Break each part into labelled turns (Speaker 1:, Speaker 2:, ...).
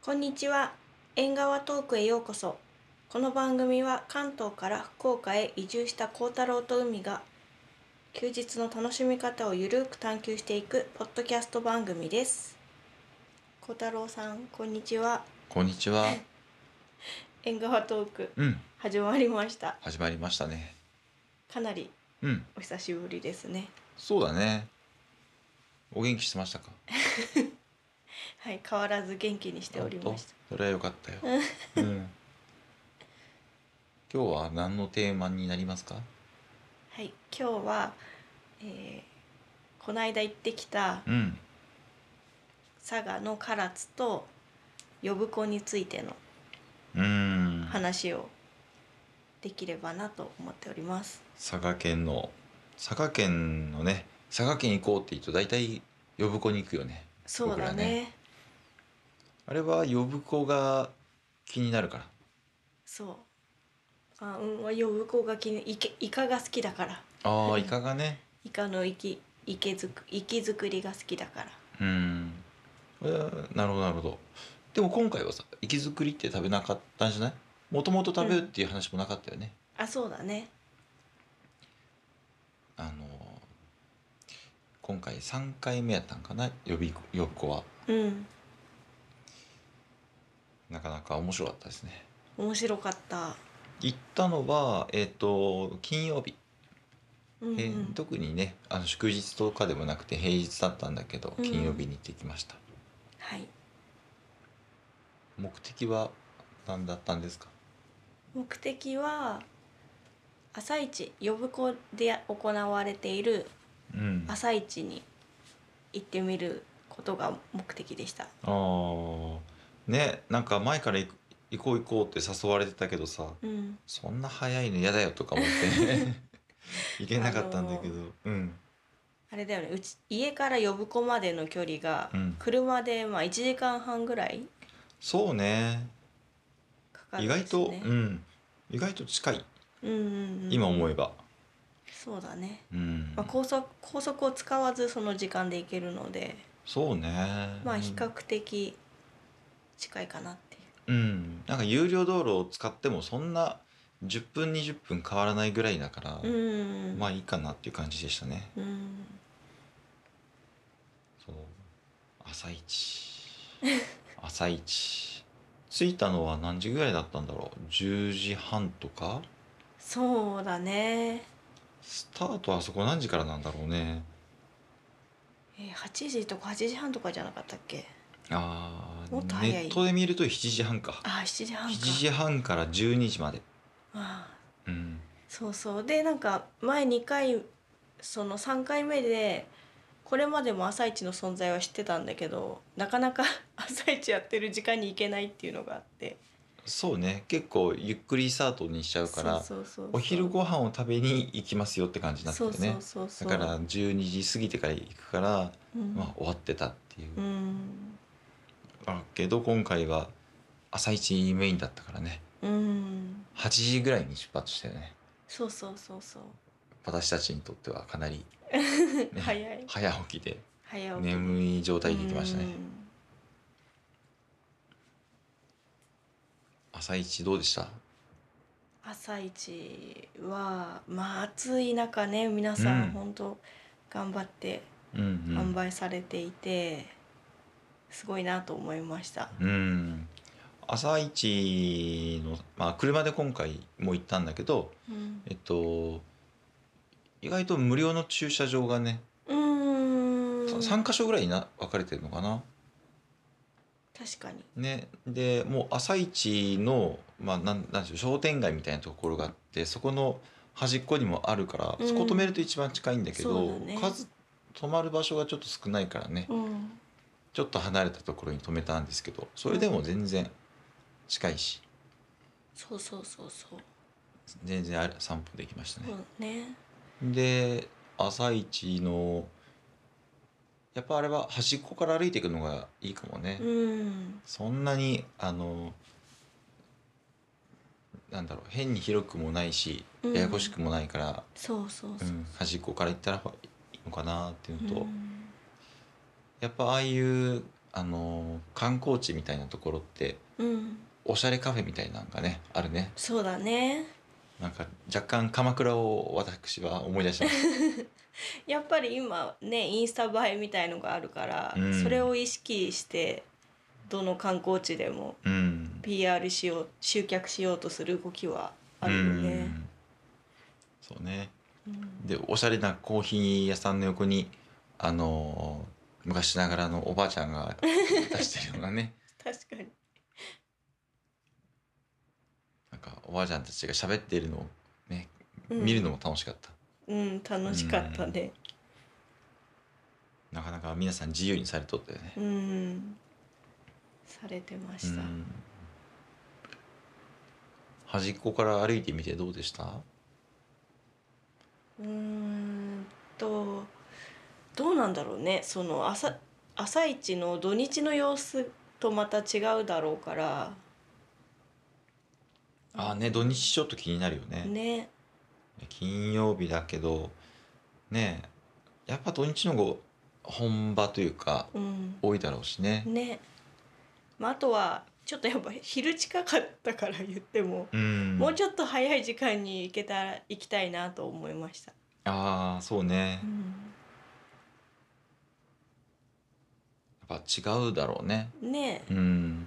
Speaker 1: こんにちは縁側トークへようこそこの番組は関東から福岡へ移住した幸太郎と海が休日の楽しみ方をゆるく探求していくポッドキャスト番組です幸太郎さんこんにちは
Speaker 2: こんにちは。
Speaker 1: 縁側トーク
Speaker 2: うん、
Speaker 1: 始まりました
Speaker 2: 始まりましたね。
Speaker 1: かなり
Speaker 2: うん、
Speaker 1: お久しぶりですね
Speaker 2: そうだね。お元気してましたか。
Speaker 1: はい変わらず元気にしておりました
Speaker 2: おっとそれは良かったよ。うん。今日は何のテーマになりますか。
Speaker 1: はい今日は、えー、この間行ってきた
Speaker 2: うん。
Speaker 1: 佐賀の唐津と呼子についての
Speaker 2: うーん。
Speaker 1: 話をできればなと思っております。
Speaker 2: 佐賀県の。佐賀県のね、佐賀県行こうって言うと、大体呼子に行くよね。
Speaker 1: そうだね。
Speaker 2: 僕らあれは呼子が気になるから。
Speaker 1: そう。あ、うん、呼子が気にイケイカが好きだから。
Speaker 2: ああ、イカがね。
Speaker 1: イカの生き生けづく生き作りが好きだから。
Speaker 2: うん。えーなるほどなるほど。でも今回はさ、息作りって食べなかったんじゃない？もともと食べるっていう話もなかったよね。
Speaker 1: あ、そうだね。
Speaker 2: あのー今回三回目やったんかな予備校予備校は
Speaker 1: うん。
Speaker 2: なかなか面白かったですね。
Speaker 1: 面白かった。
Speaker 2: 行ったのはえっ、と金曜日、
Speaker 1: うん、うん
Speaker 2: えー特にねあの祝日とかでもなくて平日だったんだけど
Speaker 1: うん
Speaker 2: 金曜日に行ってきました。
Speaker 1: はい。
Speaker 2: 目的は何だったんですか？
Speaker 1: 目的は朝市呼子で行われている
Speaker 2: うんあ
Speaker 1: 朝市に行ってみることが目的でした。
Speaker 2: あーねなんか前から行く行こう行こうって誘われてたけどさ
Speaker 1: うん、
Speaker 2: そんな早いの嫌だよとか思って 行けなかったんだけど、うん
Speaker 1: あれだよねうち家から呼子までの距離が
Speaker 2: うん
Speaker 1: 車でまあ1時間半ぐらい
Speaker 2: そうね
Speaker 1: かかる
Speaker 2: 意
Speaker 1: んで
Speaker 2: 外
Speaker 1: す
Speaker 2: と、
Speaker 1: ね
Speaker 2: うん意外と近い
Speaker 1: うんうんうん
Speaker 2: 今思えば、
Speaker 1: そうだね、
Speaker 2: うん
Speaker 1: まあ、高速高速を使わずその時間で行けるので
Speaker 2: そうね
Speaker 1: まあ比較的近いかなっていう
Speaker 2: うんなんか有料道路を使ってもそんな10分20分変わらないぐらいだから、
Speaker 1: うんうん
Speaker 2: まあいいかなっていう感じでしたね
Speaker 1: うん
Speaker 2: そう 朝一朝一着いたのは何時ぐらいだったんだろう10時半とか
Speaker 1: そうだね、
Speaker 2: スタートはあそこ何時からなんだろうね
Speaker 1: えー、8時とか8時半とかじゃなかったっけ
Speaker 2: あー
Speaker 1: もっと
Speaker 2: ネ
Speaker 1: 早い
Speaker 2: ットで見ると7時半か
Speaker 1: ああ7時半か
Speaker 2: 7時半から12時まで
Speaker 1: ああ
Speaker 2: うん
Speaker 1: そうそうでなんか前2回その3回目でこれまでも「朝一の存在は知ってたんだけどなかなか 「朝一やってる時間に行けないっていうのがあって
Speaker 2: そうね結構ゆっくりスタートにしちゃうから
Speaker 1: そうそうそうそう
Speaker 2: お昼ご飯を食べに行きますよって感じになって
Speaker 1: そ
Speaker 2: て
Speaker 1: う
Speaker 2: ね
Speaker 1: そうそうそう
Speaker 2: だから12時過ぎてから行くから、
Speaker 1: うん、
Speaker 2: まあ、終わってたっていう、
Speaker 1: うん
Speaker 2: あけど今回は朝一メインだったからね
Speaker 1: うん
Speaker 2: 8時ぐらいに出発したよね
Speaker 1: そうそうそうそう、
Speaker 2: 私たちにとってはかなり、ね
Speaker 1: 早い
Speaker 2: 早起きで
Speaker 1: 早起き
Speaker 2: 眠い状態で行きましたね
Speaker 1: うん
Speaker 2: 朝一どうでした
Speaker 1: 朝一はまあ暑い中ね皆さん
Speaker 2: うん
Speaker 1: 本当頑張って
Speaker 2: うん
Speaker 1: 販売されていて、すごいなと思いました。
Speaker 2: うん、うん、朝一の、まあ、車で今回も行ったんだけど
Speaker 1: うん、
Speaker 2: えっと意外と無料の駐車場がね、
Speaker 1: うー
Speaker 2: さ
Speaker 1: ん
Speaker 2: 3箇所ぐらいにな分かれてるのかな
Speaker 1: 確かに。
Speaker 2: ね、でもう朝市の、まあ、なんなんでしょう商店街みたいなところがあってそこの端っこにもあるから、
Speaker 1: うん
Speaker 2: そこ止めると一番近いんだけ
Speaker 1: そう
Speaker 2: ど
Speaker 1: だね
Speaker 2: 数止まる場所がちょっと少ないからね、
Speaker 1: うん、
Speaker 2: ちょっと離れたところに止めたんですけどそれでも全然近いし
Speaker 1: そうそうそうそう。
Speaker 2: 全然あれ散歩できました
Speaker 1: そ
Speaker 2: ね。
Speaker 1: うね。
Speaker 2: で朝市のやっぱあれは端っこから歩いていくのがいいかもね。
Speaker 1: うん、
Speaker 2: そんなにあのなんだろう変に広くもないし
Speaker 1: うん
Speaker 2: ややこしくもないから、
Speaker 1: そうそう
Speaker 2: う
Speaker 1: そ
Speaker 2: ん
Speaker 1: う。
Speaker 2: 端っこから行ったらいいのかなっていうのと、
Speaker 1: うん
Speaker 2: やっぱああいうあのー観光地みたいなところって
Speaker 1: うん
Speaker 2: おしゃれカフェみたいなんがねあるね
Speaker 1: そうだね
Speaker 2: なんか若干鎌倉を私は思い出しま し
Speaker 1: やっぱり今ねインスタ映えみたいのがあるから、
Speaker 2: うん
Speaker 1: それを意識してどの観光地でも
Speaker 2: たうん
Speaker 1: PR しよう集客しようとする動きはあるよね。
Speaker 2: うんそうね
Speaker 1: うん
Speaker 2: でおしゃれなコーヒー屋さんの横にあのー昔ながらのおばあちゃんが出してるような ね
Speaker 1: 確かに
Speaker 2: なんかおばあちゃんたちが喋っているのをね、
Speaker 1: うん
Speaker 2: 見るのも楽しかった
Speaker 1: うん楽しかったね。
Speaker 2: なかなか皆さん自由にされとったよね
Speaker 1: うん、されてました。
Speaker 2: うん端っこから歩いてみてどうでした
Speaker 1: うーんとどうなんだろうねその朝朝一の土日の様子とまた違うだろうから
Speaker 2: ああね土日ちょっと気になるよね
Speaker 1: ね
Speaker 2: 金曜日だけどねえやっぱ土日の方が本場というか
Speaker 1: うん
Speaker 2: 多いだろうしね
Speaker 1: ね、まあ、あとはちょっとやっぱ昼近かったから言っても、
Speaker 2: うん
Speaker 1: もうちょっと早い時間に行けたら行きたいなと思いました。
Speaker 2: ああそうねやっぱ違うだろうね
Speaker 1: ね
Speaker 2: うん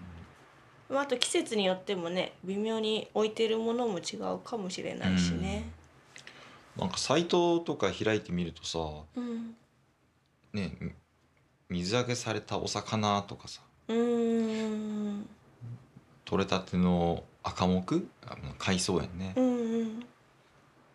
Speaker 1: まあ、あと季節によってもね微妙に置いてるものも違うかもしれないしね。
Speaker 2: なんかサイトとか開いてみるとさ
Speaker 1: うん、
Speaker 2: ねえ水揚げされたお魚とかさ
Speaker 1: うーん
Speaker 2: 取れたての赤目あの海藻園ね、
Speaker 1: うんうん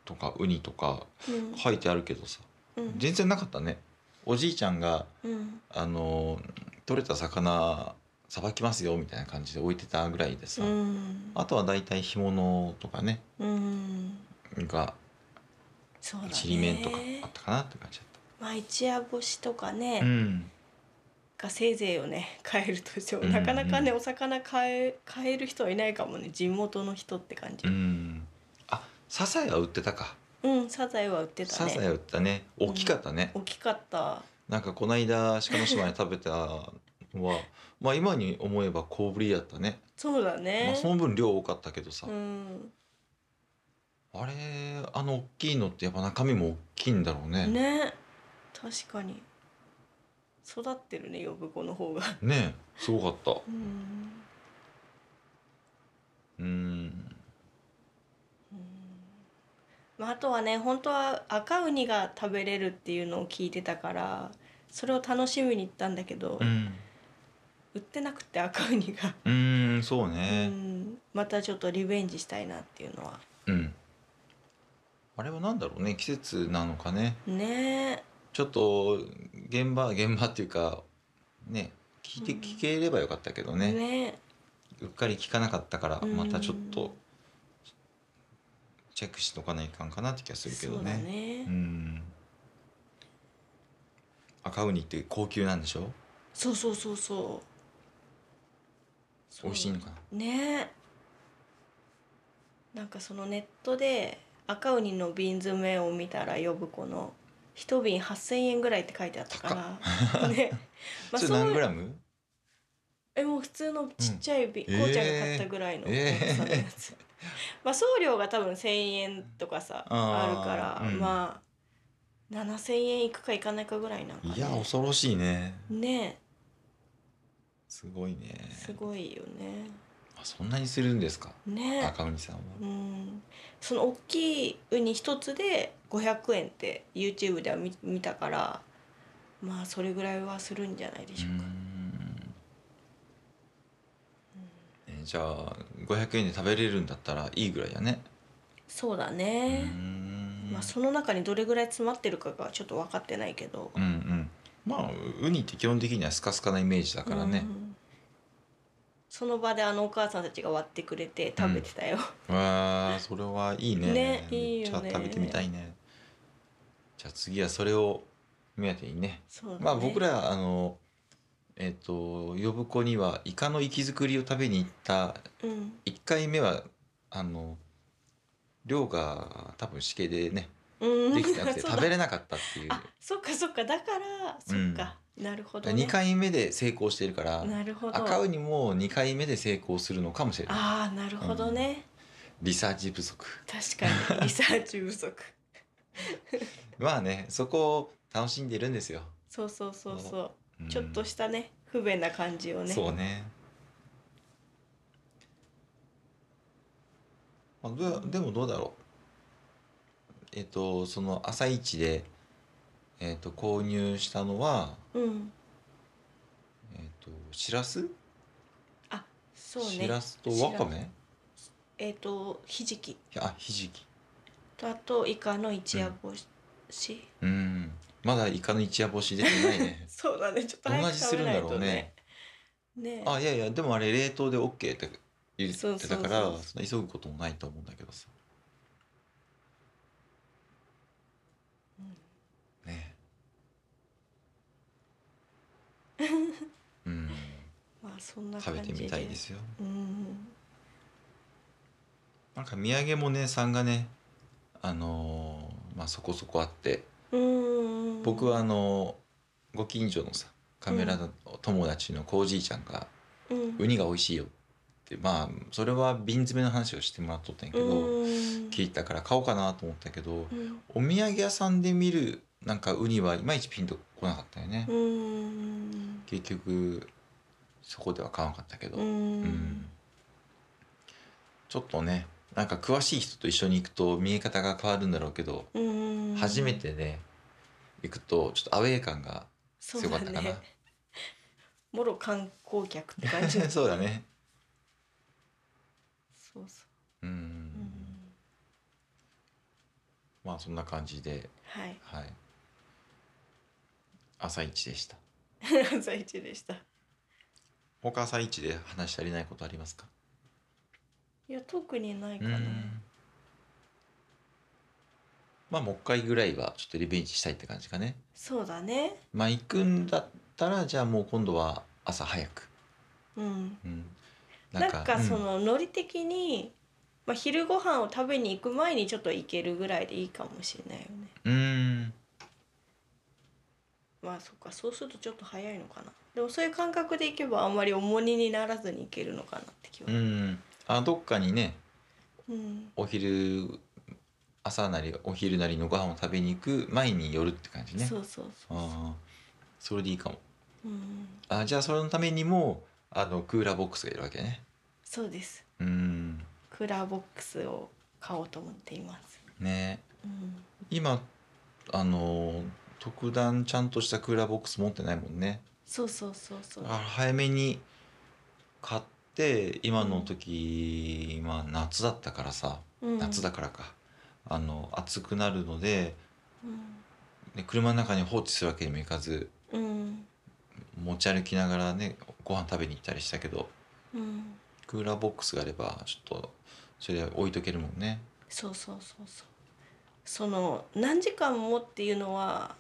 Speaker 2: とかウニとか
Speaker 1: うん
Speaker 2: 書いてあるけどさ
Speaker 1: うん
Speaker 2: 全然なかったねおじいちゃんが
Speaker 1: うん
Speaker 2: あの取れた魚さばきますよみたいな感じで置いてたぐらいでさ、
Speaker 1: うん
Speaker 2: あとはだいたい干物とかね
Speaker 1: うん
Speaker 2: が
Speaker 1: そうだね
Speaker 2: ちりめんとかあったかなって感じだっ
Speaker 1: まあ一夜干しとかね、
Speaker 2: た、うん
Speaker 1: がせいぜいをね買えるとしても、
Speaker 2: うん
Speaker 1: なかなかね
Speaker 2: う
Speaker 1: お魚買え買える人はいないかもね地元の人って感じ
Speaker 2: う、ん、あサザエは売ってたか
Speaker 1: うんサザエは売ってた
Speaker 2: サザエ
Speaker 1: ね
Speaker 2: は売ったね大きかったね、
Speaker 1: 大きかった
Speaker 2: なんかこないだ鹿の島で食べたのはまあ今に思えば小ぶりだったね、
Speaker 1: そうだ
Speaker 2: まあ、
Speaker 1: ね、
Speaker 2: その分量多かったけどさ、
Speaker 1: うん
Speaker 2: あれあの大きいのってやっぱ中身も大きいんだろうねね
Speaker 1: ね確かに育ってるね呼ぶ子の方が
Speaker 2: えすごかった
Speaker 1: うん
Speaker 2: うん
Speaker 1: まあ、あとはね本当は赤ウニが食べれるっていうのを聞いてたからそれを楽しみに行ったんだけど、
Speaker 2: うん
Speaker 1: 売ってなくて赤ウニが、
Speaker 2: うーんそう
Speaker 1: う
Speaker 2: ね
Speaker 1: んまたちょっとリベンジしたいなっていうのは
Speaker 2: うん、あれはなんだろうね季節なのかね
Speaker 1: ね
Speaker 2: ちょっと現場現場っていうかね聞いて
Speaker 1: うん
Speaker 2: 聞ければよかったけど
Speaker 1: え
Speaker 2: ね、
Speaker 1: ね
Speaker 2: うっかり聞かなかったから
Speaker 1: うん
Speaker 2: またちょっとチェックしとかないかんかなって気がするけ
Speaker 1: そ
Speaker 2: ど
Speaker 1: うだ
Speaker 2: ね
Speaker 1: ね、
Speaker 2: うん赤ウニって高級なんでしょ
Speaker 1: そうそうそうそうそう
Speaker 2: 美味しいのかな
Speaker 1: ねなんかそのネットで赤ウニの瓶詰めを見たら呼ぶ子の一瓶8,000円ぐらいって書いてあったから、 ねまあ、
Speaker 2: それ
Speaker 1: そう
Speaker 2: 何グラム
Speaker 1: えもう普通のちっちゃい瓶、
Speaker 2: うん
Speaker 1: こうちゃんが買ったぐらいの大
Speaker 2: えー
Speaker 1: きさのやつ、まあ送料が多分1,000円とかさ
Speaker 2: あ
Speaker 1: あ
Speaker 2: ー
Speaker 1: るから、
Speaker 2: うん
Speaker 1: まあ7,000円いくかいかないかぐらいなんかね
Speaker 2: いや恐ろしいね
Speaker 1: ね
Speaker 2: すごいね
Speaker 1: えすごいよね
Speaker 2: あそんなにするんですか
Speaker 1: ね
Speaker 2: 赤ウニさんは
Speaker 1: うんその大きいウニ一つで500円って YouTube では見見たからまあそれぐらいはするんじゃないでしょうか
Speaker 2: うーんえーじゃあ500円で食べれるんだったらいいぐらいだね
Speaker 1: そうだ
Speaker 2: うー
Speaker 1: ね、
Speaker 2: ん
Speaker 1: まあ、その中にどれぐらい詰まってるかがちょっと分かってないけど
Speaker 2: うんうんまあウニって基本的にはスカスカなイメージだからね
Speaker 1: う、んその場であのお母さんたちが割ってくれて食べてたよ、
Speaker 2: わあそれはいいね
Speaker 1: ねいい
Speaker 2: め
Speaker 1: よ
Speaker 2: っちゃ
Speaker 1: ね
Speaker 2: 食べてみたいねじゃあ次はそれを目当てにね
Speaker 1: そうだね
Speaker 2: まあ僕らあのえっ、と呼子にはイカの生き造りを食べに行った
Speaker 1: うん
Speaker 2: 1回目はあの量が多分死刑でね
Speaker 1: うん
Speaker 2: できてなくて
Speaker 1: そうだ
Speaker 2: 食べれなかったっていう
Speaker 1: あそっかそっかだからそっか、なるほど、ね、
Speaker 2: 2回目で成功してるから
Speaker 1: なるほど
Speaker 2: 赤ウニも2回目で成功するのかもしれない
Speaker 1: ああなるほどね、
Speaker 2: リサーチ不足
Speaker 1: 確 かにリサーチ不足
Speaker 2: まあねそこを楽しんでるんですよ、
Speaker 1: そうそうそうそうう、
Speaker 2: ん
Speaker 1: ちょっとしたね不便な感じをね
Speaker 2: そうねまあどうでもどうだろうえっとその朝一で、えっと、購入したのは
Speaker 1: うん
Speaker 2: えっとしらす
Speaker 1: あそう
Speaker 2: し
Speaker 1: ね
Speaker 2: らすとわかめ
Speaker 1: えっ、とひじき
Speaker 2: あひじき
Speaker 1: とあとイカの一夜干し、
Speaker 2: うんまだイカの一夜干し出てないね
Speaker 1: そうだねちょっと
Speaker 2: どんな
Speaker 1: 早く
Speaker 2: 味す
Speaker 1: 食べ
Speaker 2: るん
Speaker 1: な
Speaker 2: だ
Speaker 1: い
Speaker 2: ろ
Speaker 1: と
Speaker 2: う
Speaker 1: ね
Speaker 2: ね
Speaker 1: ね
Speaker 2: あいやいやでもあれ冷凍で OK って言ってたか
Speaker 1: そ
Speaker 2: ら
Speaker 1: うそうそう
Speaker 2: そんな急ぐこともないと思うんだけどさ
Speaker 1: うん
Speaker 2: ねうん
Speaker 1: まあそんな
Speaker 2: 食
Speaker 1: 感
Speaker 2: べ
Speaker 1: じ
Speaker 2: てみたいですよ
Speaker 1: うん
Speaker 2: なんか土産もねさんがねあのーまあそこそこあって
Speaker 1: うん
Speaker 2: 僕はあのーご近所のさカメラの友達のこうじいちゃんが
Speaker 1: うん
Speaker 2: ウニが美味しいよってまあそれは瓶詰めの話をしてもらっとったんやけど
Speaker 1: うん
Speaker 2: 聞いたから買おうかなと思ったけど
Speaker 1: うん
Speaker 2: お土産屋さんで見るなんかウニはいまいちピンとこなかったよね
Speaker 1: うん
Speaker 2: 結局そこでは買わなかったけど
Speaker 1: う
Speaker 2: うん
Speaker 1: ん
Speaker 2: ちょっとねなんか詳しい人と一緒に行くと見え方が変わるんだろうけど
Speaker 1: うん
Speaker 2: 初めてね行くとちょっとアウェー感が
Speaker 1: そう
Speaker 2: 強か
Speaker 1: だ
Speaker 2: ったかな
Speaker 1: ねもろ観光客って感じ
Speaker 2: そうだね
Speaker 1: そうそう
Speaker 2: ーん
Speaker 1: う、うん
Speaker 2: まあそんな感じで
Speaker 1: はい
Speaker 2: はい朝一でした
Speaker 1: 朝一でした
Speaker 2: 他朝一で話し足りないことありますか
Speaker 1: いや特にないか
Speaker 2: う
Speaker 1: なん
Speaker 2: まあもう一回ぐらいはちょっとリベンジしたいって感じかね
Speaker 1: そうだね
Speaker 2: まあ行くんだったらじゃあもう今度は朝早く、
Speaker 1: うん
Speaker 2: うん、
Speaker 1: なんかそ、
Speaker 2: うん
Speaker 1: のノリ的に、まあ、昼ご飯を食べに行く前にちょっと行けるぐらいでいいかもしれないよね
Speaker 2: うーん
Speaker 1: まあそっかそうするとちょっと早いのかなでもそういう感覚で行けばあんまり重荷にならずに行けるのかなって気は
Speaker 2: うんあどっかにね
Speaker 1: うん
Speaker 2: お昼朝なりお昼なりのご飯を食べに行く前に寄るって感じね
Speaker 1: そうそうそう
Speaker 2: ああそれでいいかも
Speaker 1: うん
Speaker 2: あじゃあそれのためにもあのクーラーボックスがいるわけね
Speaker 1: そうです
Speaker 2: うん
Speaker 1: クーラーボックスを買おうと思っています
Speaker 2: ね
Speaker 1: うん
Speaker 2: 今あの特段ちゃんとしたクーラーボックス持ってないもんね
Speaker 1: そうそうそうそう
Speaker 2: だから早めに買って今の時、まあ夏だったからさ
Speaker 1: うん
Speaker 2: 夏だからか、あの暑くなるので
Speaker 1: うん
Speaker 2: ね車の中に放置するわけにもいかず
Speaker 1: うん
Speaker 2: 持ち歩きながらねご飯食べに行ったりしたけど
Speaker 1: うん
Speaker 2: クーラーボックスがあればちょっとそれ置いとけるもんね
Speaker 1: そうそうそうそうその何時間もっていうのは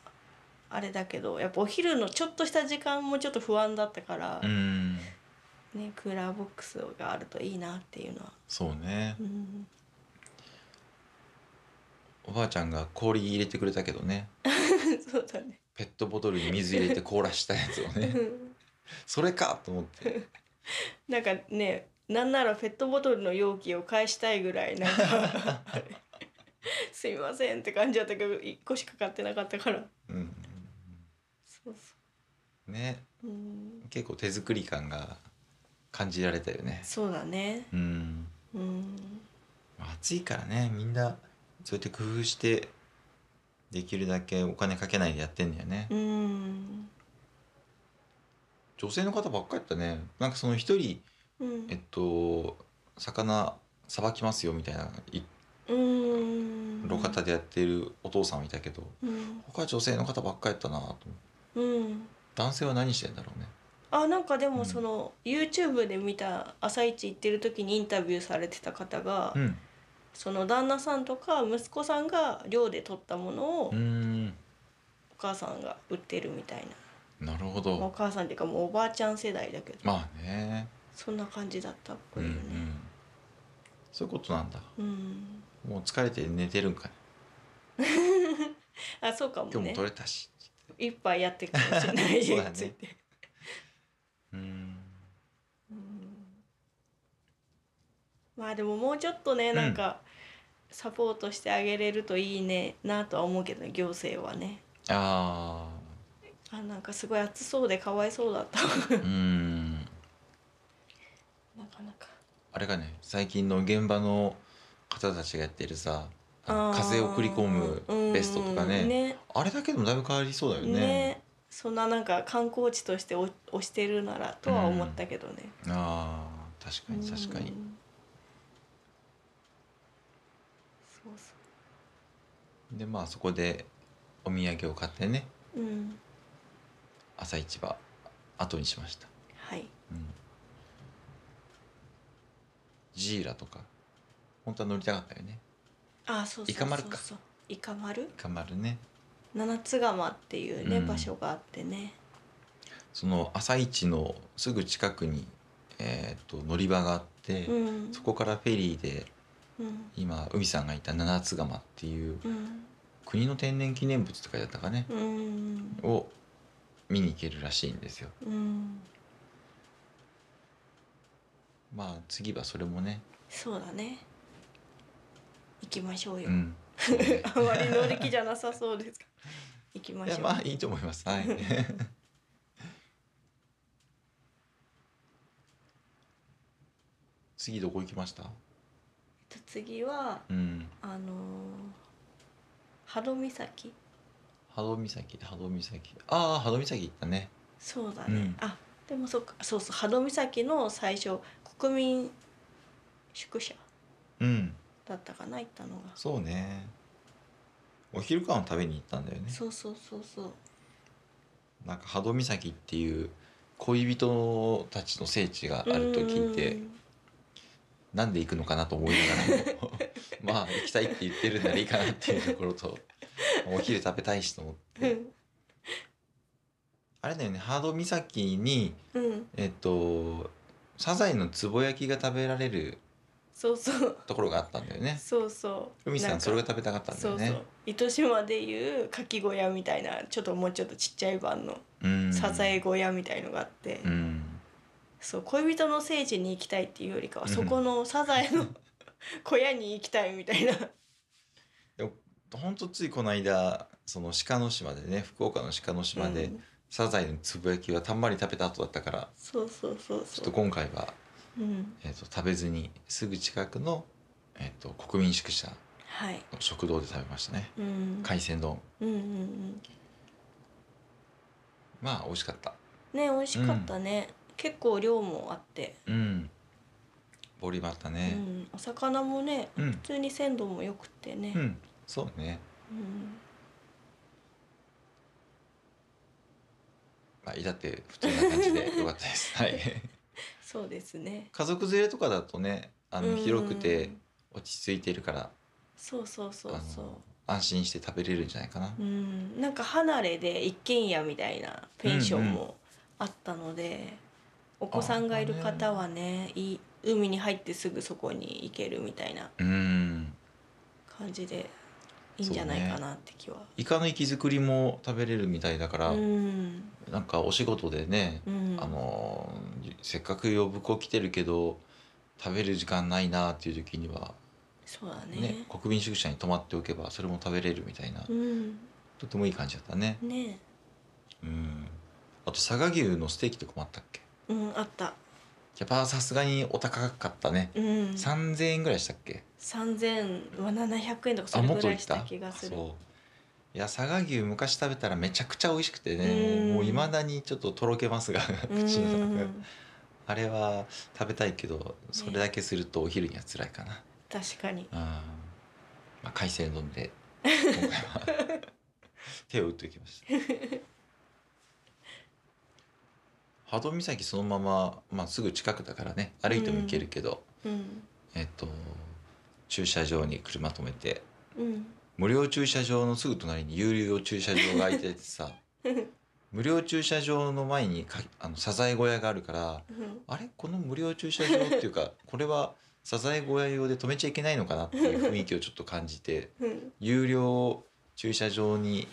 Speaker 1: あれだけどやっぱお昼のちょっとした時間もちょっと不安だったから
Speaker 2: う、ん
Speaker 1: ね、クーラーボックスがあるといいなっていうのは、
Speaker 2: そうね
Speaker 1: うん、
Speaker 2: おばあちゃんが氷入れてくれたけどね
Speaker 1: そうだね
Speaker 2: ペットボトルに水入れて凍らしたやつをねそれかと思って
Speaker 1: なんかねなんならペットボトルの容器を返したいぐらいなんか すいませんって感じだったけど1個しか買ってなかったから
Speaker 2: うん
Speaker 1: そうそ
Speaker 2: ね
Speaker 1: う、うん、
Speaker 2: 結構手作り感が感じられたよね
Speaker 1: そうだね
Speaker 2: うん
Speaker 1: うん
Speaker 2: 暑いからねみんなそうやって工夫してできるだけお金かけないでやってんだよね
Speaker 1: うん
Speaker 2: 女性の方ばっかりやったねなんかその一人
Speaker 1: うん
Speaker 2: えっと魚さばきますよみたいないう
Speaker 1: ーん
Speaker 2: 路肩でやってるお父さんもいたけど
Speaker 1: うん、
Speaker 2: 他は女性の方ばっかりやったなと思って
Speaker 1: うん、
Speaker 2: 男性は何してんだろうね
Speaker 1: あなんかで
Speaker 2: う
Speaker 1: も
Speaker 2: ん
Speaker 1: その、YouTube で見た「朝一行ってる時にインタビューされてた方が、
Speaker 2: うん
Speaker 1: その旦那さんとか息子さんが寮で取ったものを
Speaker 2: うー
Speaker 1: お
Speaker 2: ん
Speaker 1: 母さんが売ってるみたいな、
Speaker 2: なるほ
Speaker 1: まあお
Speaker 2: ど
Speaker 1: 母さんっていうかもうおばあちゃん世代だけど、
Speaker 2: まあね
Speaker 1: そんな感じだったっぽ
Speaker 2: う
Speaker 1: い
Speaker 2: んう
Speaker 1: よ
Speaker 2: ん
Speaker 1: ね。
Speaker 2: そういうことなんだ
Speaker 1: うん、
Speaker 2: もう疲れて寝てるんかね
Speaker 1: あそうかも
Speaker 2: 今日も
Speaker 1: ね
Speaker 2: 取れたし
Speaker 1: 一杯やってるかもしれない
Speaker 2: そうだね
Speaker 1: ついて、
Speaker 2: うん
Speaker 1: うんまあでももうちょっとねなんかサポートしてあげれるといいねなとは思うけど行政はね
Speaker 2: あ
Speaker 1: あなんかすごい暑そうでかわいそうだった
Speaker 2: あうん
Speaker 1: なかなか
Speaker 2: あれがね最近の現場の方たちがやってるさあの
Speaker 1: あー
Speaker 2: 風を送り込むベストとかね,、
Speaker 1: うんね
Speaker 2: あれだけでもだいぶ変わりそうだよね
Speaker 1: ねそんななんか観光地としてお推してるならとは思ったけどね、
Speaker 2: ああ確かに確かに、
Speaker 1: うんそうそ
Speaker 2: でまあそこでお土産を買ってね
Speaker 1: ううん
Speaker 2: 朝市場後にしました、
Speaker 1: はい
Speaker 2: うん、ジーラとか本当は乗りたかったよね
Speaker 1: あそうそうそうそう
Speaker 2: イカ丸か
Speaker 1: イカ丸
Speaker 2: イカ丸ね
Speaker 1: 七つ釜っていうね、
Speaker 2: うん
Speaker 1: 場所があってね
Speaker 2: その朝市のすぐ近くに、えー、と乗り場があって、
Speaker 1: うん
Speaker 2: そこからフェリーで
Speaker 1: うん
Speaker 2: 今海さんがいた七つ釜っていう
Speaker 1: うん
Speaker 2: 国の天然記念物って書いてあったかね、
Speaker 1: うん
Speaker 2: を見に行けるらしいんですよ
Speaker 1: うん
Speaker 2: まあ次はそれもね
Speaker 1: そうだね行きましょうよ、
Speaker 2: うんそうね
Speaker 1: あまり乗り気じゃなさそうですが行きま
Speaker 2: い
Speaker 1: しょ
Speaker 2: や
Speaker 1: う、
Speaker 2: まあいいと思いますはい 次どこ行きました
Speaker 1: えっと次は
Speaker 2: うん
Speaker 1: あのー、波戸岬
Speaker 2: 波動岬波動岬ああ波動岬行ったね
Speaker 1: そうだ
Speaker 2: う
Speaker 1: ね
Speaker 2: ん、
Speaker 1: あでもそっかそうそう波戸岬の最初国民宿舎
Speaker 2: うん
Speaker 1: だったかな行ったのが
Speaker 2: そうねお昼ご飯を食べに行ったんだよね
Speaker 1: そうそうそうそう
Speaker 2: なんか波戸岬っていう恋人たちの聖地があると聞いてなんで行くのかなと思いながらも まあ行きたいって言ってるならいいかなっていうところとお昼食べたいしと思って
Speaker 1: うん
Speaker 2: あれだよね波戸岬に
Speaker 1: うん
Speaker 2: えっとサザエのつぼ焼きが食べられる
Speaker 1: そうそう
Speaker 2: ところがあったんだよね
Speaker 1: そうそう
Speaker 2: 海さ
Speaker 1: なんか
Speaker 2: それが食べたかったんだ
Speaker 1: そ
Speaker 2: よ
Speaker 1: う
Speaker 2: ね
Speaker 1: そう糸島でいうかき小屋みたいなちょっともうちょっとちっちゃい版の
Speaker 2: うん
Speaker 1: サザエ小屋みたいのがあって、
Speaker 2: うん
Speaker 1: そう恋人の聖地に行きたいっていうよりかは
Speaker 2: うん
Speaker 1: そこのサザエ の小屋に行きたいみたいな
Speaker 2: ほんとついこの間その鹿の島でね福岡の鹿の島で、
Speaker 1: うん
Speaker 2: サザエのつぶやきはたんまり食べた後だったから
Speaker 1: そうそうそう
Speaker 2: ちょっ
Speaker 1: そ
Speaker 2: と
Speaker 1: う、
Speaker 2: 今回は、
Speaker 1: うん、
Speaker 2: えっと食べずにすぐ近くの、えっと国民宿舎
Speaker 1: はい、
Speaker 2: の食堂で食べましたね
Speaker 1: うん、
Speaker 2: 海鮮丼
Speaker 1: うんうんうん
Speaker 2: まあ美味しかった
Speaker 1: ね美味しかったね、結構量もあって、
Speaker 2: うんボリュームあった
Speaker 1: う
Speaker 2: ね
Speaker 1: ん、お魚もね
Speaker 2: うん、
Speaker 1: 普通に鮮度も良くてね、
Speaker 2: うん、そうね、
Speaker 1: うん
Speaker 2: まあ、至って普通な感 じでよかったですはい
Speaker 1: そうですね
Speaker 2: 家族連れとかだとねあ
Speaker 1: う
Speaker 2: の
Speaker 1: ん
Speaker 2: 広くて落ち着いてるから
Speaker 1: そうそうそう
Speaker 2: あ
Speaker 1: そう
Speaker 2: の安心して食べれるんじゃないかな
Speaker 1: うん、なんか離れで一軒家みたいなペンションもあったので、お子さんがいる方はねいい海に入ってすぐそこに行けるみたいな
Speaker 2: うん
Speaker 1: 感じでいいんじゃないかなって気は。
Speaker 2: イカの息づくりも食べれるみたいだから、
Speaker 1: うん
Speaker 2: なんかお仕事でね、
Speaker 1: うん、
Speaker 2: あのーせっかく呼ぶ子来てるけど食べる時間ないなっていう時には、
Speaker 1: そうだね
Speaker 2: ね国民宿舎に泊まっておけばそれも食べれるみたいな、
Speaker 1: うん
Speaker 2: とてもいい感じだったね。
Speaker 1: ね
Speaker 2: うん、あと佐賀牛のステーキとかもあったっけ
Speaker 1: うんあった
Speaker 2: やっぱさすがにお高かったね、
Speaker 1: うん
Speaker 2: 3,000円ぐらいしたっけ
Speaker 1: 3000は700円とか
Speaker 2: あ
Speaker 1: それ
Speaker 2: もっ
Speaker 1: ぐ
Speaker 2: と
Speaker 1: ら
Speaker 2: い
Speaker 1: い
Speaker 2: っ
Speaker 1: したた気がする
Speaker 2: そういや佐賀牛昔食べたらめちゃくちゃ美味しくてね
Speaker 1: うん
Speaker 2: もういまだにちょっととろけますが口の中が
Speaker 1: ん
Speaker 2: あれは食べたいけどそれだけするとお昼には辛いかな、
Speaker 1: 確かに
Speaker 2: うんまあ、海鮮丼 で今回は手を打っていきました波戸岬そのまま、まあ、すぐ近くだからね歩いても行けるけど、
Speaker 1: うん
Speaker 2: えっと駐車場に車止めて
Speaker 1: うん
Speaker 2: 無料駐車場のすぐ隣に有料駐車場が空いててさ 無料駐車場の前にかあのサザエ小屋があるから
Speaker 1: うん
Speaker 2: あれこの無料駐車場っていうか これはサザエ小屋用で止めちゃいけないのかなっていう雰囲気をちょっと感じて
Speaker 1: うん
Speaker 2: 有料駐車場に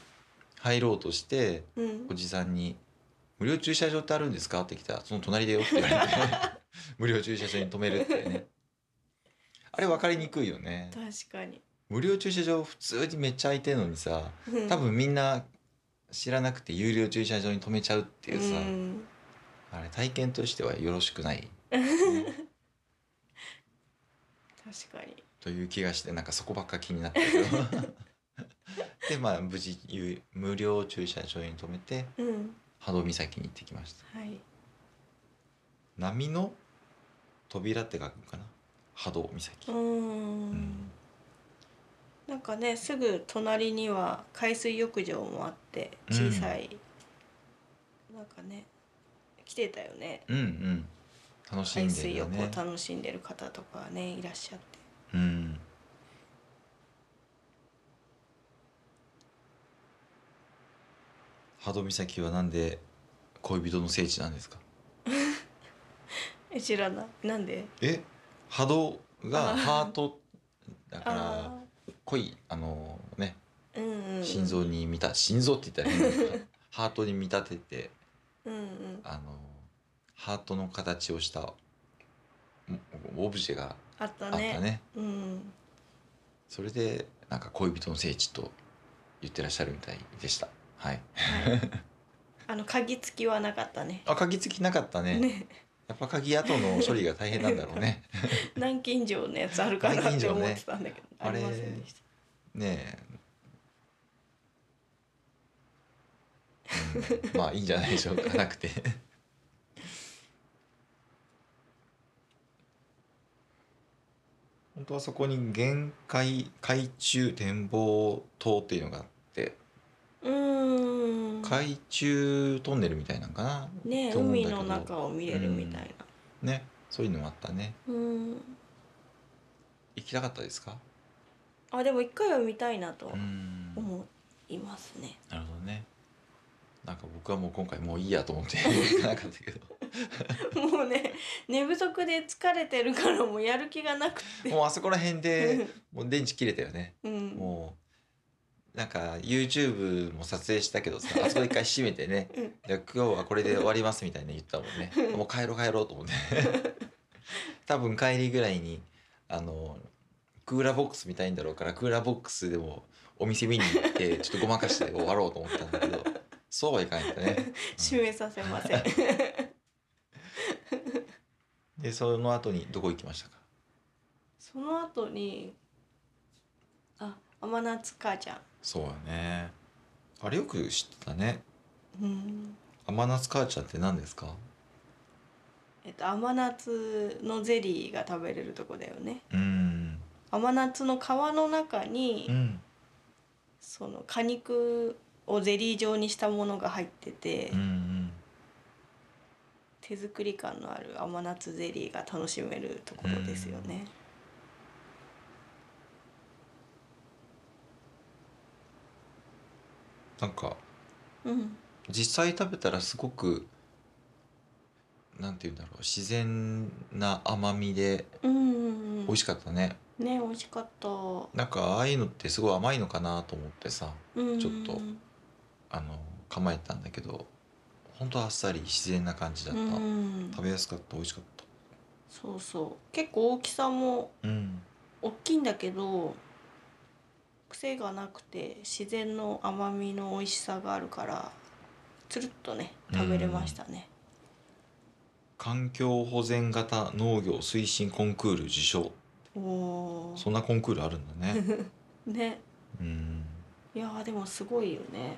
Speaker 2: 入ろうとして
Speaker 1: うん
Speaker 2: おじさんに「無料駐車場ってあるんですか?」って来たら「その隣だよ」って言われて 無料駐車場に止めるってねあれ分かりにくいよね
Speaker 1: 確かに、
Speaker 2: 無料駐車場普通にめっちゃ空いてるのにさ
Speaker 1: うん
Speaker 2: 多分みんな知らなくて有料駐車場に止めちゃうっていうさ、
Speaker 1: ん
Speaker 2: あれ体験としてはよろしくない、
Speaker 1: 確かに
Speaker 2: という気がしてなんかそこばっか気になってる でまあ無事有無料駐車場に止めて
Speaker 1: うん
Speaker 2: 波動岬に行ってきました
Speaker 1: はい
Speaker 2: 波の扉って書くのかな波動岬
Speaker 1: うー
Speaker 2: うんん
Speaker 1: なんかねすぐ隣には海水浴場もあって小さい、なんかね来てたよね
Speaker 2: うんうん楽しん
Speaker 1: 海
Speaker 2: で
Speaker 1: 水
Speaker 2: るよ
Speaker 1: 浴を
Speaker 2: ね
Speaker 1: 楽しんでる方とかねいらっしゃって
Speaker 2: うん波動岬はなんで恋人の聖地なんですか
Speaker 1: え知らないなんで
Speaker 2: え波動
Speaker 1: あ
Speaker 2: が
Speaker 1: ー
Speaker 2: ハートだから
Speaker 1: あ
Speaker 2: 恋あのね
Speaker 1: あうんうん
Speaker 2: 心臓に見た心臓って言ったら変だなハートに見立てて
Speaker 1: うんうん
Speaker 2: あのハートの形をしたおオブジェが
Speaker 1: あった
Speaker 2: あった
Speaker 1: ね
Speaker 2: ね
Speaker 1: うん
Speaker 2: それでなんか恋人の聖地と言ってらっしゃるみたいでしたはい
Speaker 1: はい、あの鍵付きはなかったね
Speaker 2: あ鍵付きなかったね
Speaker 1: ね
Speaker 2: やっぱ鍵後の処理が大変なんだろう ね
Speaker 1: 南京錠のやつあるかなって思ってたんだけど、あ
Speaker 2: 南京
Speaker 1: りま
Speaker 2: 錠ね
Speaker 1: せんでし
Speaker 2: ねえ、うんまあいいんじゃないでしょうかなくて 本当はそこに限界海中展望塔っていうのがあって
Speaker 1: たうーん
Speaker 2: 海中トンネルみたいなんかな
Speaker 1: ね
Speaker 2: と思うんだ
Speaker 1: 海
Speaker 2: けど
Speaker 1: の中を見れるみたいな
Speaker 2: ねそういうのもあったね
Speaker 1: うん
Speaker 2: 行きたかったですか
Speaker 1: あでも一回は見たいなと
Speaker 2: うん
Speaker 1: 思いますね、
Speaker 2: なるほどねなんか僕はもう今回もういいやと思って 行かなかったけど
Speaker 1: もうね寝不足で疲れてるからもうやる気がなくて
Speaker 2: もうあそこら辺でもう電池切れたよね。
Speaker 1: うん
Speaker 2: もうなんか YouTube も撮影した けどさあそこ一回閉めてね
Speaker 1: うん
Speaker 2: 「じゃあ今日はこれで終わります」みたいに言ったもんねもう帰ろう帰ろうと思って 多分帰りぐらいにあのクーラーボックス見たいんだろうからクーラーボックスでもお店見に行 ってちょっとごまかして終わろうと思ったんだけどそうはいかないんだね。
Speaker 1: 締めさせま せん
Speaker 2: うんでその後にどこ行きましたか
Speaker 1: その後にあ天夏母ちゃ
Speaker 2: そうやねあれよく知ってたね
Speaker 1: ん、うん
Speaker 2: 甘夏母ちゃんって何ですか
Speaker 1: えっと、甘夏のゼリーが食べれるとこだよね
Speaker 2: うん
Speaker 1: 甘夏の皮の中に、
Speaker 2: うん
Speaker 1: その果肉をゼリー状にしたものが入ってて、
Speaker 2: うん
Speaker 1: 手作り感のある甘夏ゼリーが楽しめるところですよね、
Speaker 2: なんか
Speaker 1: うん、
Speaker 2: 実際食べたらすごくなんて言うんだろう自然な甘みで
Speaker 1: うんうんうん
Speaker 2: 美味しかったね、
Speaker 1: ね美味しかった、う
Speaker 2: なんかああいうのってすごい甘いのかなと思ってさ
Speaker 1: ん、
Speaker 2: ちょっとあの構えたんだけどほんとあっさり自然な感じだった、
Speaker 1: うん
Speaker 2: 食べやすかった美味しかっ
Speaker 1: そうそう結構大きさも
Speaker 2: たうん
Speaker 1: 大きいんだけど癖がなくて自然の甘みの美味しさがあるからつるっとね食べれましたね
Speaker 2: 環境保全型農業推進コンクール受賞
Speaker 1: おー
Speaker 2: そんなコンクールあるんだね
Speaker 1: ね
Speaker 2: うん
Speaker 1: いやーでもすごいよね、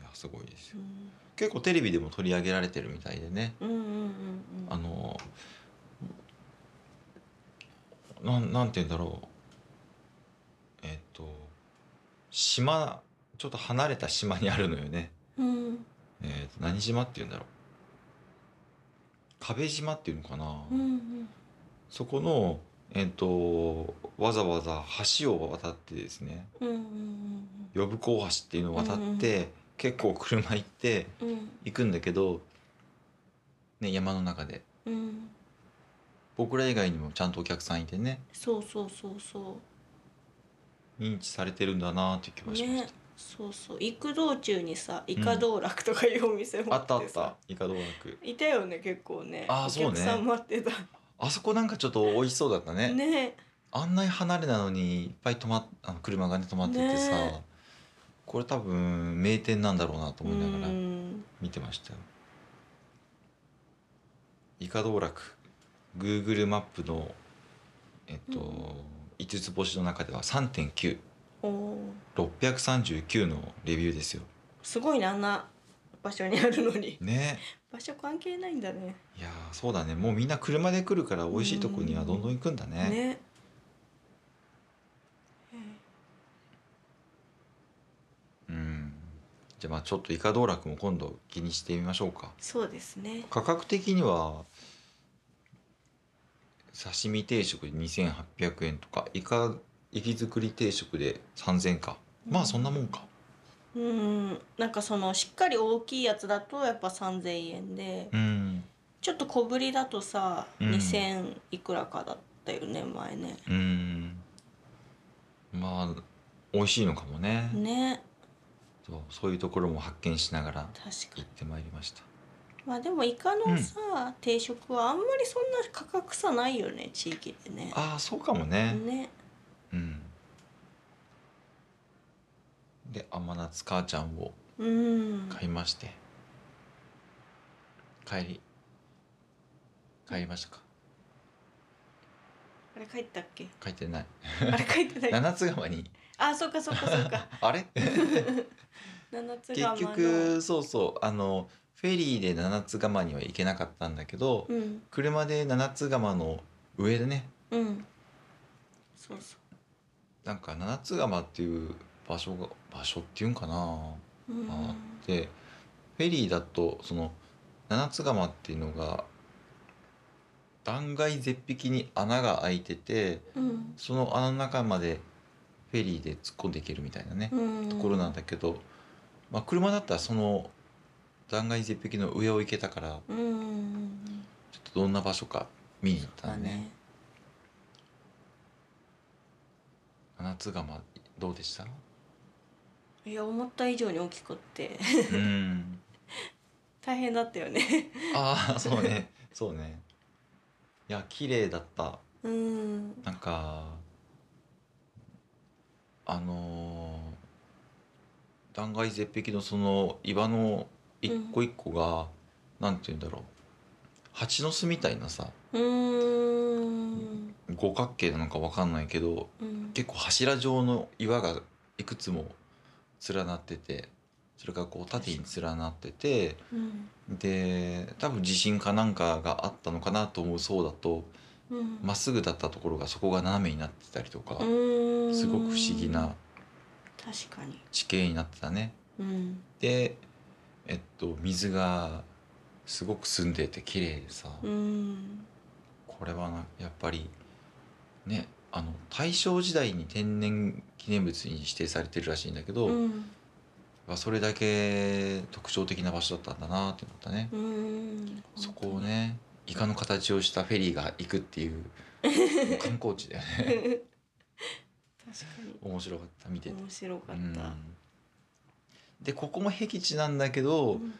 Speaker 2: いやすごいです
Speaker 1: う
Speaker 2: よ
Speaker 1: ん、
Speaker 2: 結構テレビでも取り上げられてるみたいでね
Speaker 1: うんうんうんうん
Speaker 2: あのなんなんて言うんだろうえっと島ちょっと離れた島にあるのよね、
Speaker 1: うん
Speaker 2: えっと何島って言うんだろう壁島っていうのかな、
Speaker 1: うんうん
Speaker 2: そこのえっとわざわざ橋を渡ってですね
Speaker 1: うんうん
Speaker 2: 呼子大橋っていうのを渡って、結構車行って
Speaker 1: うんうん
Speaker 2: 行くんだけど、ね、山の中で
Speaker 1: うん
Speaker 2: 僕ら以外にもちゃんとお客さんいてね
Speaker 1: そうそうそうそ
Speaker 2: 認知されてるんだなっていう気がしました、
Speaker 1: ねそうそう行く道中にさイカ道楽とかいうお店も
Speaker 2: あったあ
Speaker 1: て
Speaker 2: っ
Speaker 1: さ
Speaker 2: たイカ道楽
Speaker 1: いたよね結構ね
Speaker 2: あー
Speaker 1: お
Speaker 2: そうね
Speaker 1: 客さん待ってた
Speaker 2: あそこなんかちょっと美味しそうだったね
Speaker 1: ね
Speaker 2: あんなに離れなのにいっぱい止まっあの車がね止まっててさ、
Speaker 1: ね
Speaker 2: これ多分名店なんだろうなと思いなが
Speaker 1: う
Speaker 2: ら
Speaker 1: ん
Speaker 2: 見てましたよイカ道楽 Google マップのえっと、
Speaker 1: うん
Speaker 2: 5つ星の中では3.9639
Speaker 1: おー
Speaker 2: のレビューですよ
Speaker 1: すごいなあんな場所にあるの に
Speaker 2: ね
Speaker 1: 場所関係ないんだね
Speaker 2: いやーそうだねもうみんな車で来るから美味しいとこにはどんどん行くんだね
Speaker 1: ね
Speaker 2: うんじゃあまあちょっとイカ道楽も今度気にしてみましょうか
Speaker 1: そうですね
Speaker 2: 価格的には刺身定食で2800円とかイカ息作り定食で3000円かまあそんなもんか
Speaker 1: うんなんかそのしっかり大きいやつだとやっぱ3,000円で、
Speaker 2: うん
Speaker 1: ちょっと小ぶりだとさ、
Speaker 2: うん
Speaker 1: 2,000いくらかだったよね前ね
Speaker 2: うんまあ美味しいのかもね
Speaker 1: ね
Speaker 2: そうそういうところも発見しながら
Speaker 1: 確か
Speaker 2: 行
Speaker 1: に
Speaker 2: ってまいりました
Speaker 1: まあでもイカのさ、定食はあんまりそんな価格差ないよね地域でね
Speaker 2: ああそうかもね
Speaker 1: ね
Speaker 2: うんで甘夏母ちゃんを
Speaker 1: うん
Speaker 2: 買いまして帰り帰りましたか
Speaker 1: あれ帰ったっけ
Speaker 2: 帰ってない
Speaker 1: あれ帰ってない
Speaker 2: 七つ川に
Speaker 1: あそうかそうかそうか
Speaker 2: あれ
Speaker 1: 七つ
Speaker 2: 結
Speaker 1: 釜の
Speaker 2: 局そうそうあのフェリーで七つ釜には行けなかったんだけど、
Speaker 1: うん
Speaker 2: 車で七つ釜の上でね
Speaker 1: うんそうそ
Speaker 2: なんか七つ釜っていう場所が場所っていうんかな
Speaker 1: ううん
Speaker 2: あってフェリーだとその七つ釜っていうのが断崖絶壁に穴が開いてて
Speaker 1: うん
Speaker 2: その穴の中までフェリーで突っ込んでいけるみたいなね、
Speaker 1: うん
Speaker 2: ところなんだけど、まあ、車だったらその断崖絶壁の上を行けたから
Speaker 1: うんうんうん
Speaker 2: ちょっとどんな場所か見に行った
Speaker 1: だ
Speaker 2: んでね
Speaker 1: ね
Speaker 2: 七つ釜どうでした
Speaker 1: いや思った以上に大きくって
Speaker 2: うん
Speaker 1: 大変だったよね
Speaker 2: ああそうねそうねいや綺麗だった
Speaker 1: うん
Speaker 2: なんかあのー断崖絶壁のその岩の一個一個が、なんて言うんだろう蜂の巣みたいなさ
Speaker 1: うーん
Speaker 2: 五角形なのかわかんないけど
Speaker 1: うん
Speaker 2: 結構柱状の岩がいくつも連なっててそれがこう縦に連なってて
Speaker 1: うん
Speaker 2: で多分地震かなんかがあったのかなと思うそうだと
Speaker 1: うん
Speaker 2: まっすぐだったところがそこが斜めになってたりとか
Speaker 1: うーん
Speaker 2: すごく不思議な
Speaker 1: 確かに
Speaker 2: 地形になってたね。
Speaker 1: うん
Speaker 2: でえっと水がすごく澄んでて綺麗でさ
Speaker 1: うん
Speaker 2: これはなやっぱりねあの大正時代に天然記念物に指定されてるらしいんだけど、
Speaker 1: うん
Speaker 2: まあそれだけ特徴的な場所だったんだなって思ったね、
Speaker 1: うん
Speaker 2: そこをねイカの形をしたフェリーが行くっていう観光地だよね
Speaker 1: 確かに
Speaker 2: 面白かった見てて、
Speaker 1: 面白か
Speaker 2: う
Speaker 1: っ
Speaker 2: ん
Speaker 1: た、
Speaker 2: でここも僻地なんだけど、
Speaker 1: うん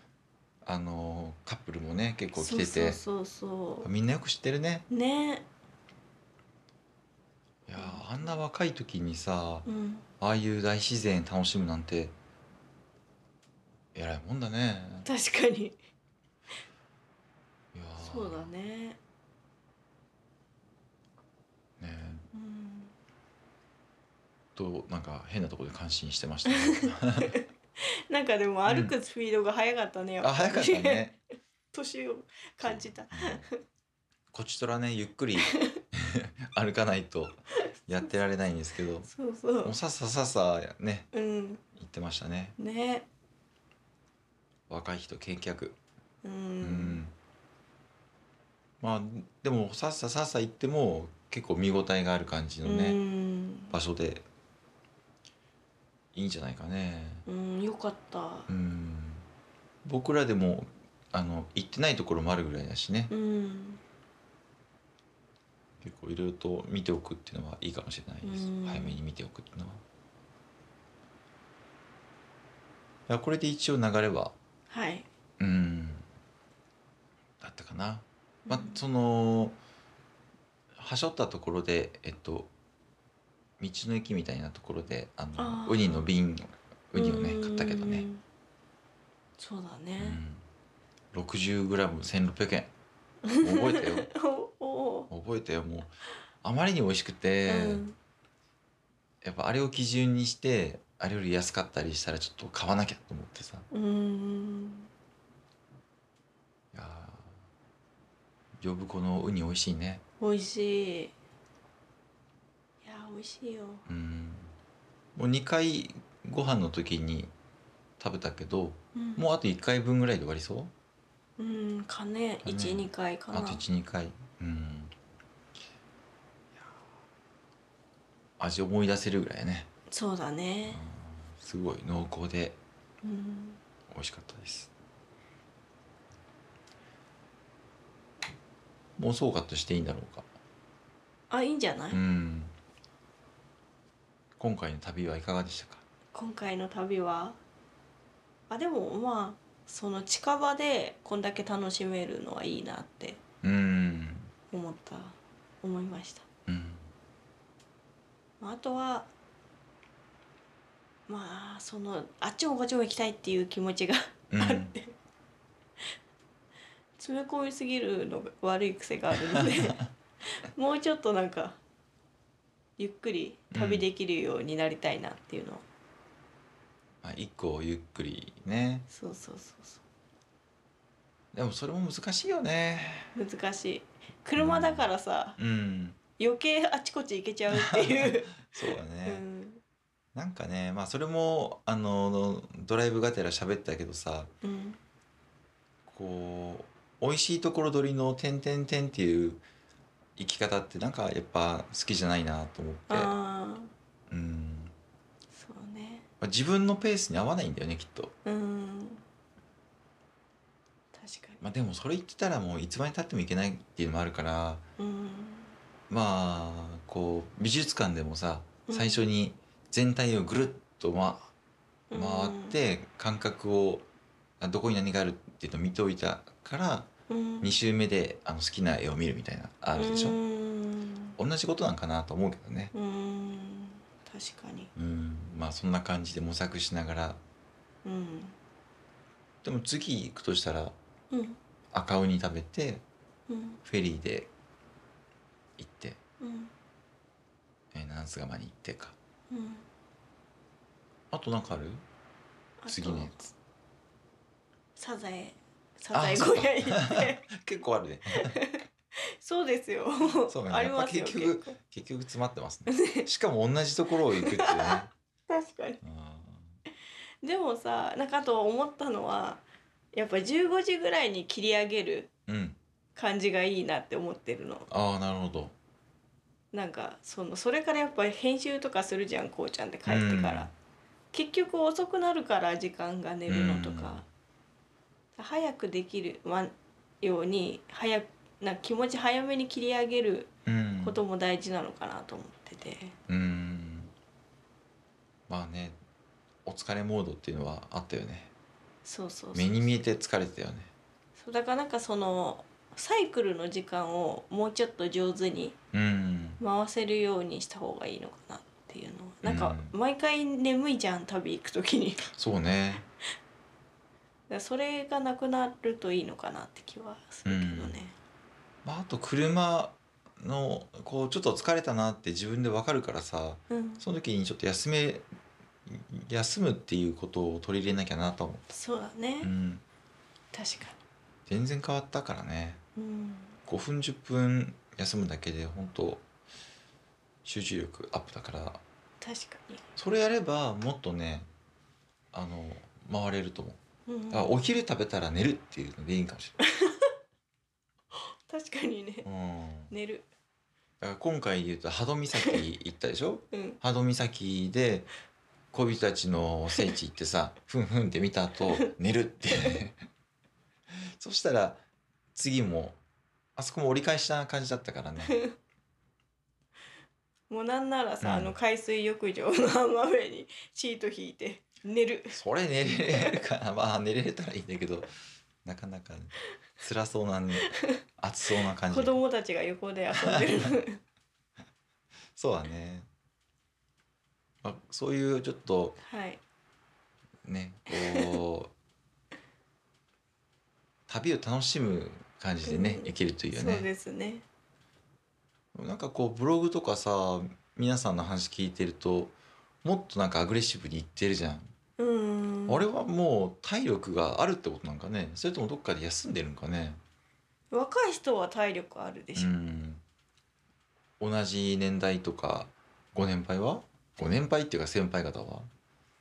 Speaker 2: あのカップルもね結構来てて
Speaker 1: そうそうそうそ
Speaker 2: みんなよく知ってるね
Speaker 1: うね
Speaker 2: いやーあんな若い時にさ
Speaker 1: うん
Speaker 2: ああいう大自然楽しむなんてえらいもんだね
Speaker 1: 確かに
Speaker 2: いやー
Speaker 1: そうだね
Speaker 2: ね
Speaker 1: うん
Speaker 2: となんか変なところで感心して ましたね、
Speaker 1: なんかでも歩くスピードが速かったね、や
Speaker 2: あ
Speaker 1: っぱり
Speaker 2: 早かったね、
Speaker 1: 年を感じた
Speaker 2: うんこちとらねゆっくり 歩かないとやってられないんですけど
Speaker 1: そうそ
Speaker 2: も
Speaker 1: う
Speaker 2: うさっささっさね
Speaker 1: うん
Speaker 2: 言ってましたね
Speaker 1: ね
Speaker 2: 若い人見客
Speaker 1: うん、
Speaker 2: うんまあでもさっささっさ行っても結構見応えがある感じのね、
Speaker 1: うん
Speaker 2: 場所でいいんじゃないかね
Speaker 1: うんよかった
Speaker 2: うん僕らでもあの行ってないところもあるぐらいだしね、
Speaker 1: うん
Speaker 2: 結構いろいろと見ておくっていうのはいいかもしれないです、
Speaker 1: うん
Speaker 2: 早めに見ておくっていうのはやこれで一応流れは
Speaker 1: はい
Speaker 2: うんだったかな。まあ
Speaker 1: うん
Speaker 2: そのはしょったところでえっと道の駅みたいなところであの
Speaker 1: あー
Speaker 2: ウニの瓶ウニをね
Speaker 1: うん
Speaker 2: 買ったけどね。
Speaker 1: そうだ
Speaker 2: う
Speaker 1: ね、
Speaker 2: ん 60g1600 円覚え たよ
Speaker 1: おお
Speaker 2: 覚えたよもうあまりに美味しく
Speaker 1: ー、
Speaker 2: て、
Speaker 1: うん
Speaker 2: やっぱあれを基準にしてあれより安かったりしたらちょっと買わなきゃと思ってさ
Speaker 1: うーん
Speaker 2: いやー呼ぶ子のウニ美味しいね
Speaker 1: 美味しいいや美味しいよ
Speaker 2: うんもう2回ご飯の時に食べたけど
Speaker 1: うん
Speaker 2: もうあと1回分ぐらいで終わりそう
Speaker 1: うんかね
Speaker 2: かね
Speaker 1: 一二回か
Speaker 2: あ
Speaker 1: な
Speaker 2: と12回うんいやー味思い出せるぐらいやね
Speaker 1: そうだね
Speaker 2: すごい濃厚で
Speaker 1: うん
Speaker 2: 美味しかったですもう総括していいんだろうか
Speaker 1: あいいんじゃない、
Speaker 2: うん今回の旅はいかがでしたか
Speaker 1: 今回の旅はあでもまあその近場でこんだけ楽しめるのはいいなって
Speaker 2: うん
Speaker 1: 思った思いました
Speaker 2: うん
Speaker 1: まああとはまあそのあっちもこっちも行きたいっていう気持ちが
Speaker 2: うん
Speaker 1: あって詰め込みすぎるのが悪い癖があるのでもうちょっとなんかゆっくり旅できるようになりたいなっていうのは、
Speaker 2: まあ一個ゆっくりね
Speaker 1: そうそうそうそう
Speaker 2: でもそれも難しいよね
Speaker 1: 難しい車だからさ、
Speaker 2: うん
Speaker 1: 余計あちこち行けちゃうっていう、
Speaker 2: そうだ
Speaker 1: う
Speaker 2: ね、
Speaker 1: ん
Speaker 2: なんかねまあそれもあのドライブがてら喋ったけどさ
Speaker 1: うん、
Speaker 2: こう美味しいところ取りの「点々点」っていう生き方ってなんかやっぱ好きじゃないなと思って、
Speaker 1: ああ
Speaker 2: うん
Speaker 1: そうね
Speaker 2: まあ自分のペースに合わないんだよねきっと、
Speaker 1: うん確か
Speaker 2: まあ、でもそれ言ってたらもういつまでたってもいけないっていうのもあるから
Speaker 1: にうん
Speaker 2: まあこう美術館でもさ
Speaker 1: うん
Speaker 2: 最初に全体をぐるっと、ま、回って感覚をあどこに何があるっていうのを見ておいたから
Speaker 1: うん
Speaker 2: 2周目であの好きな絵を見るみたいなあるでしょ、
Speaker 1: うん
Speaker 2: 同じことなんかなと思うけどね
Speaker 1: うん確かに
Speaker 2: うんまあそんな感じで模索しながら
Speaker 1: うん
Speaker 2: でも次行くとしたら
Speaker 1: うん
Speaker 2: 赤ウニ食べて
Speaker 1: うん
Speaker 2: フェリーで行って、
Speaker 1: うん
Speaker 2: えー、南菅間に行ってか
Speaker 1: うん
Speaker 2: あとなんかある
Speaker 1: あと
Speaker 2: 次ね
Speaker 1: サザエサ
Speaker 2: あ
Speaker 1: ザエ
Speaker 2: そ
Speaker 1: 小
Speaker 2: うか
Speaker 1: 屋行って
Speaker 2: 結構あるね
Speaker 1: そうですよ
Speaker 2: そうね
Speaker 1: ありますよ
Speaker 2: やっぱ結局
Speaker 1: 結構
Speaker 2: 結局詰まってますねしかも同じところを行 くっていうね
Speaker 1: 確かに
Speaker 2: うん
Speaker 1: でもさなんかあと思ったのはやっぱ15時ぐらいに切り上げる
Speaker 2: うん
Speaker 1: 感じがいいなって思ってるの
Speaker 2: ああなるほど
Speaker 1: なんかそのそれからやっぱり編集とかするじゃんこうちゃんって帰ってから、結局遅くなるから時間が寝るのとか、早くできるまように早くなんか気持ち早めに切り上げる
Speaker 2: うん
Speaker 1: ことも大事なのかなと思ってて、
Speaker 2: うんまあねお疲れモードっていうのはあったよね
Speaker 1: そうそうそう
Speaker 2: 目に見えて疲れてたよね
Speaker 1: そうだからなんかそのサイクルの時間をもうちょっと上手に
Speaker 2: うん
Speaker 1: 回せるようにした方がいいのかなっていうのはなんか
Speaker 2: う
Speaker 1: 毎回眠いじゃん旅行く時にだか
Speaker 2: そうね
Speaker 1: らそれがなくなるといいのかなって気はするけどね、
Speaker 2: まあ、あと車のこうちょっと疲れたなって自分で分かるからさ
Speaker 1: うん
Speaker 2: その時にちょっと休め休むっていうことを取り入れなきゃなと思
Speaker 1: そうだね、
Speaker 2: う、うん、
Speaker 1: 確か
Speaker 2: 全然変わったからね
Speaker 1: に、うん、
Speaker 2: 5分10分休むだけで本当集中力アップだから
Speaker 1: 確か
Speaker 2: それやればもっとねあの回れると思う
Speaker 1: に、うん、
Speaker 2: あお昼食べたら寝るっていうのでいいかもしれ
Speaker 1: 確かにね
Speaker 2: ない、うん、
Speaker 1: 寝る
Speaker 2: だから今回で言うと波戸岬行ったでしょ
Speaker 1: うん
Speaker 2: 波戸岬で恋人たちの聖地行ってさふんふんって見 た後寝るって そしたら次もあそこも折り返しな感じだったからね
Speaker 1: もうなんならさ、
Speaker 2: うん
Speaker 1: あの海水浴場の浜辺にシート引いて寝る
Speaker 2: それ寝れるかなまあ寝れたらいいんだけどなかなかね辛そうなね暑そうな感じ
Speaker 1: 子供たちが横で遊 んでる
Speaker 2: そうだね、まあ、そういうちょっと
Speaker 1: はい
Speaker 2: ねこう旅を楽しむ感じでね、
Speaker 1: うん
Speaker 2: いけるといいよ
Speaker 1: そう
Speaker 2: ね
Speaker 1: ですね
Speaker 2: なんかこうブログとかさ皆さんの話聞いてるともっとなんかアグレッシブにいってるじゃん、
Speaker 1: うーん
Speaker 2: あれはもう体力があるってことなんかねそれともどっかで休んでるんかね
Speaker 1: 若い人は体力あるでし
Speaker 2: う
Speaker 1: ょ、
Speaker 2: ん同じ年代とかご年配はご年配っていうか先輩方は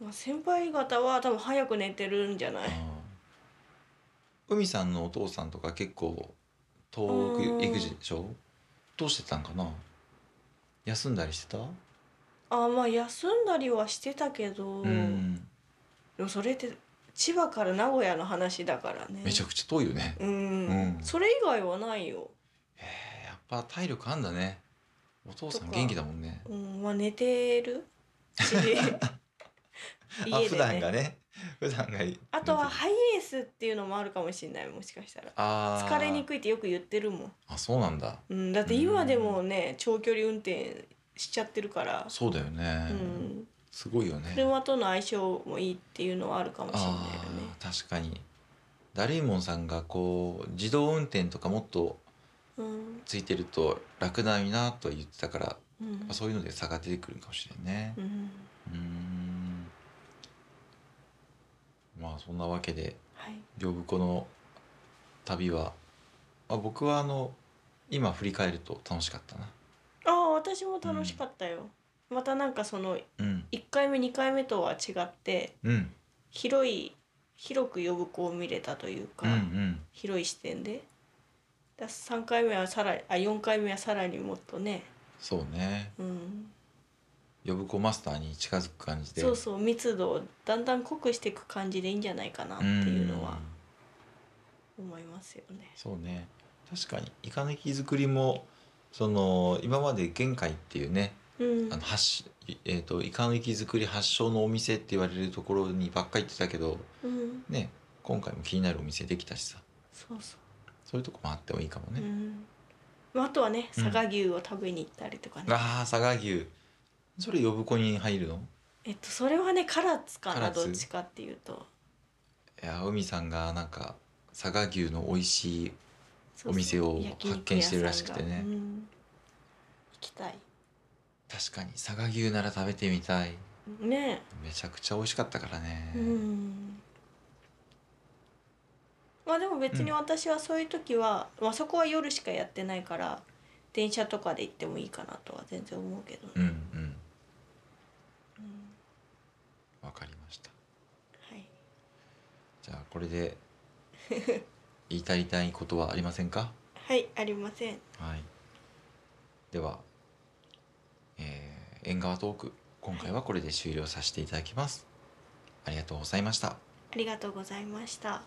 Speaker 1: まあ、先輩方は多分早く寝てるんじゃない
Speaker 2: あー海さんのお父さんとか結構遠く
Speaker 1: うん
Speaker 2: 行くでしょどうしてたんかな休んだりしてた
Speaker 1: あまあ休んだりはしてたけど、
Speaker 2: うん
Speaker 1: でもそれって千葉から名古屋の話だからね
Speaker 2: めちゃくちゃ遠いよね、
Speaker 1: うん、
Speaker 2: うん
Speaker 1: それ以外はないよ、
Speaker 2: えーやっぱ体力あんだねお父さん
Speaker 1: とか
Speaker 2: 元気だもんね
Speaker 1: うん、まあ寝てるし
Speaker 2: あ
Speaker 1: 家
Speaker 2: 普
Speaker 1: で
Speaker 2: 段
Speaker 1: ね
Speaker 2: がね 普段がいい
Speaker 1: あとはハイエースっていうのもあるかもしれないもしかしたら
Speaker 2: あー
Speaker 1: 疲れにくいってよく言ってるもん、
Speaker 2: あそうなんだ
Speaker 1: うん、だって今でもね長距離運転しちゃってるから、
Speaker 2: そうだよね、
Speaker 1: うん、
Speaker 2: すごいよね
Speaker 1: 車との相性もいいっていうのはあるかもしれないよ
Speaker 2: あ
Speaker 1: ね
Speaker 2: あー確かにダルイモンさんがこう自動運転とかもっと
Speaker 1: うん
Speaker 2: ついてると楽だよなとは言ってたから、
Speaker 1: うん
Speaker 2: まあ、そういうので差が出てくるかもしれないね
Speaker 1: うん
Speaker 2: うーんまあそんなわけで
Speaker 1: はい
Speaker 2: 両部湖の旅は、まあ、僕はあの今振り返ると楽しかったな
Speaker 1: ああ私も楽しかったよ、またなんかその
Speaker 2: うん
Speaker 1: 1回目2回目とは違って
Speaker 2: うん
Speaker 1: 広い広く呼ぶ子を見れたというか、
Speaker 2: うんうん
Speaker 1: 広い視点でだ3回目はさらにあ4回目はさらにもっとね、
Speaker 2: そうね
Speaker 1: うん、
Speaker 2: 呼ぶ子マスターに近づく感じで
Speaker 1: そうそう密度をだんだん濃くしていく感じでいいんじゃないかなっていうのは
Speaker 2: ん
Speaker 1: 思いますよね。
Speaker 2: そうね確かにイカ抜き作りもその今まで玄海っていうね
Speaker 1: うん
Speaker 2: あの発しえー、とイカの息作り発祥のお店って言われるところにばっか行ってたけど
Speaker 1: うん、
Speaker 2: ね今回も気になるお店できたしさ
Speaker 1: そうそ
Speaker 2: そういうとこもあってもいいかも
Speaker 1: う、う
Speaker 2: ね、
Speaker 1: んまあ、あとはね
Speaker 2: うん
Speaker 1: 佐賀牛を食べに行ったりとかね、
Speaker 2: ああ佐賀牛それ呼ぶ子に入るの
Speaker 1: えっと、それはね唐津かな
Speaker 2: 唐津
Speaker 1: どっちかっていうと
Speaker 2: いや海さんがなんか佐賀牛の美味しい
Speaker 1: そうそう
Speaker 2: お店を
Speaker 1: 焼肉
Speaker 2: 発見してるらしくて
Speaker 1: 屋さ
Speaker 2: ね
Speaker 1: んがうん行きたい
Speaker 2: 確かに佐賀牛なら食べてみたい
Speaker 1: ね
Speaker 2: めちゃくちゃ美味しかったからね、
Speaker 1: えうんまあでも別に私はそういう時は、まあそこは夜しかやってないから電車とかで行ってもいいかなとは全然思うけどね、
Speaker 2: うんうん
Speaker 1: うん
Speaker 2: わかりました
Speaker 1: はい
Speaker 2: じゃあこれ で言いたいたいことはありませんか
Speaker 1: はいありません
Speaker 2: はい。では、えー、縁側トーク今回はこれで終了させていただきます。ありがとうございました。
Speaker 1: ありがとうございました